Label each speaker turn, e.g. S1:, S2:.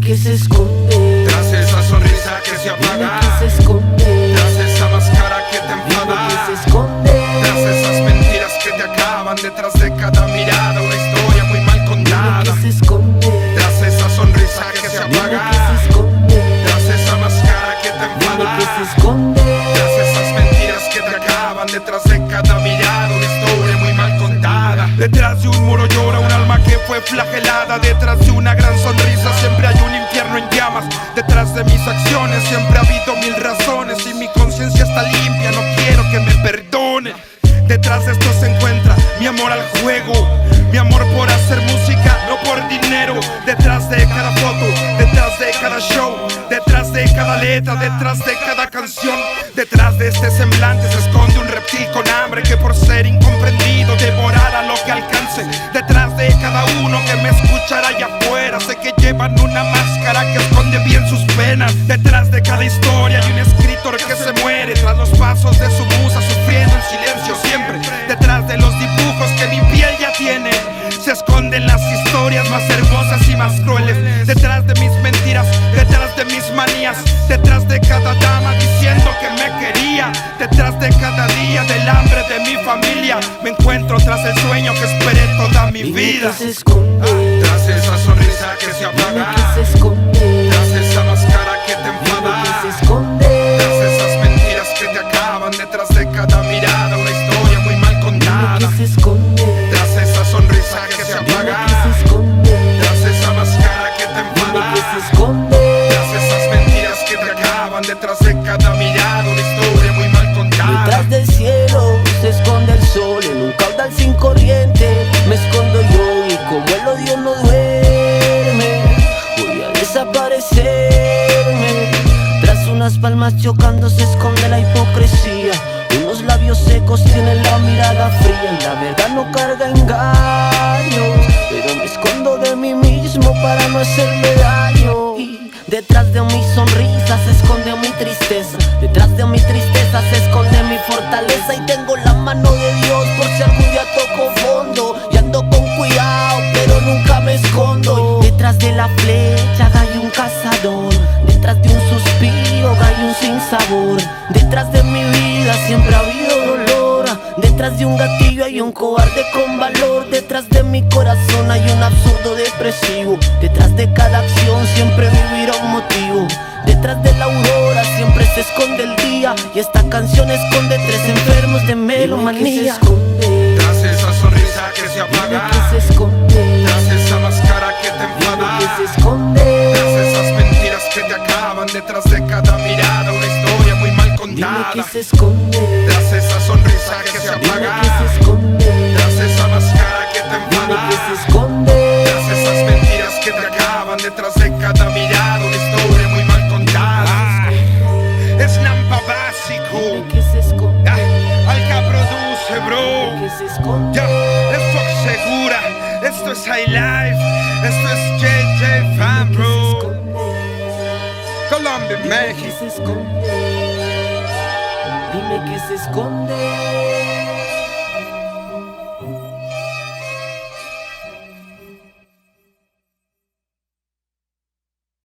S1: que se esconde.
S2: Tras esa sonrisa que se apaga.
S1: que se esconde.
S2: Tras esa máscara que te enfada.
S1: que se esconde.
S2: Tras esas mentiras que te acaban. Detrás de cada mirada una historia muy mal
S1: que
S2: contada.
S1: se esconde.
S2: Tras esa sonrisa que se apaga.
S1: que se esconde.
S2: Tras esa máscara que te enfada.
S1: que se esconde.
S2: Tras esas mentiras que te acaban detrás de cada mirada, una historia muy mal contada. Detrás de un muro llora un alma que fue flagelada. Detrás de una gran sonrisa siempre hay un infierno en llamas. Detrás de mis acciones siempre ha habido mil razones y mi conciencia está limpia. No quiero que me perdone. Detrás de esto se encuentra mi amor al juego, mi amor por hacer música, no por dinero. Detrás de cada foto, detrás de cada show, detrás de cada letra, detrás de cada canción. Detrás de este semblante se esconde un reptil con hambre que por ser incomprendido devorará lo que alcance. Detrás de cada uno que me escuchará allá afuera, sé que llevan una máscara que esconde bien sus penas. Detrás de cada historia hay un escritor que se muere tras los pasos de su musa sufriendo en silencio siempre. Detrás de los dibujos que mi piel ya tiene, se esconden las historias más hermosas y más crueles. Detrás de mis mentiras, detrás de mis manías, detrás de cada dama diciendo que me quería. Detrás de cada día del hambre de mi familia, me encuentro tras el sueño que esperé toda mi vida. Ah,
S1: que se esconde.
S2: Tras esa sonrisa que se apaga,
S1: que se esconde.
S2: tras esa máscara que
S1: que
S2: te
S1: se
S2: enfada.
S1: esconde.
S2: Tras esas mentiras que te acaban detrás de cada mirada, una historia muy mal
S1: que
S2: contada.
S1: se esconde.
S2: Tras esa sonrisa que se apaga,
S1: que se esconde.
S2: tras esa máscara que te enfada.
S1: que se esconde.
S2: Tras esas mentiras que te acaban detrás de cada mirada, una historia muy mal contada.
S1: Detrás del cielo se esconde el sol en un caudal sin corriente. Me escondo yo y como el odio no duerme, voy a desaparecerme. Tras unas palmas chocando se esconde la hipocresía. Unos labios secos tienen la mirada fría y la verdad no carga engaños. Pero me escondo de mí mismo para no hacerme daño. Y Detrás de mi sonrisa se esconde mi tristeza. Detrás de mi tristeza se esconde mi fortaleza. Y tengo la mano de Dios por si algún día toco fondo. Y ando con cuidado, pero nunca me escondo. Detrás de la flecha hay un cazador. Detrás de un suspiro hay un sinsabor. Detrás de mi vida siempre ha habido dolor. Detrás de un gatillo hay un cobarde con valor. Detrás de mi corazón hay un absurdo depresivo. Detrás de cada acción siempre vivirá un motivo. Detrás de la aurora siempre se esconde el día. Y esta canción esconde tres enfermos de melomanía.
S2: Tras esa sonrisa que se apaga,
S1: que se esconde.
S2: tras esa máscara que te enfada.
S1: que se esconde.
S2: Tras esas mentiras que te acaban detrás de cada mirada, una historia muy mal
S1: Dime
S2: contada.
S1: que se esconde.
S2: Tras esa sonrisa que se
S1: Dime
S2: apaga,
S1: que se esconde.
S2: tras esa máscara que te
S1: Dime
S2: enfada.
S1: que se esconde.
S2: Tras esas mentiras que te acaban detrás de cada mirada, una historia muy mal contada. Es Nampa Básico,
S1: Dime que se esconde.
S2: ah, Alca produce, bro.
S1: Que se esconde.
S2: Ya, es Fox Segura, esto es High Life, esto es JJ Fan,
S1: Que se
S2: bro.
S1: esconde.
S2: Colombia,
S1: Dime que
S2: México.
S1: se esconde. Dime que se esconde.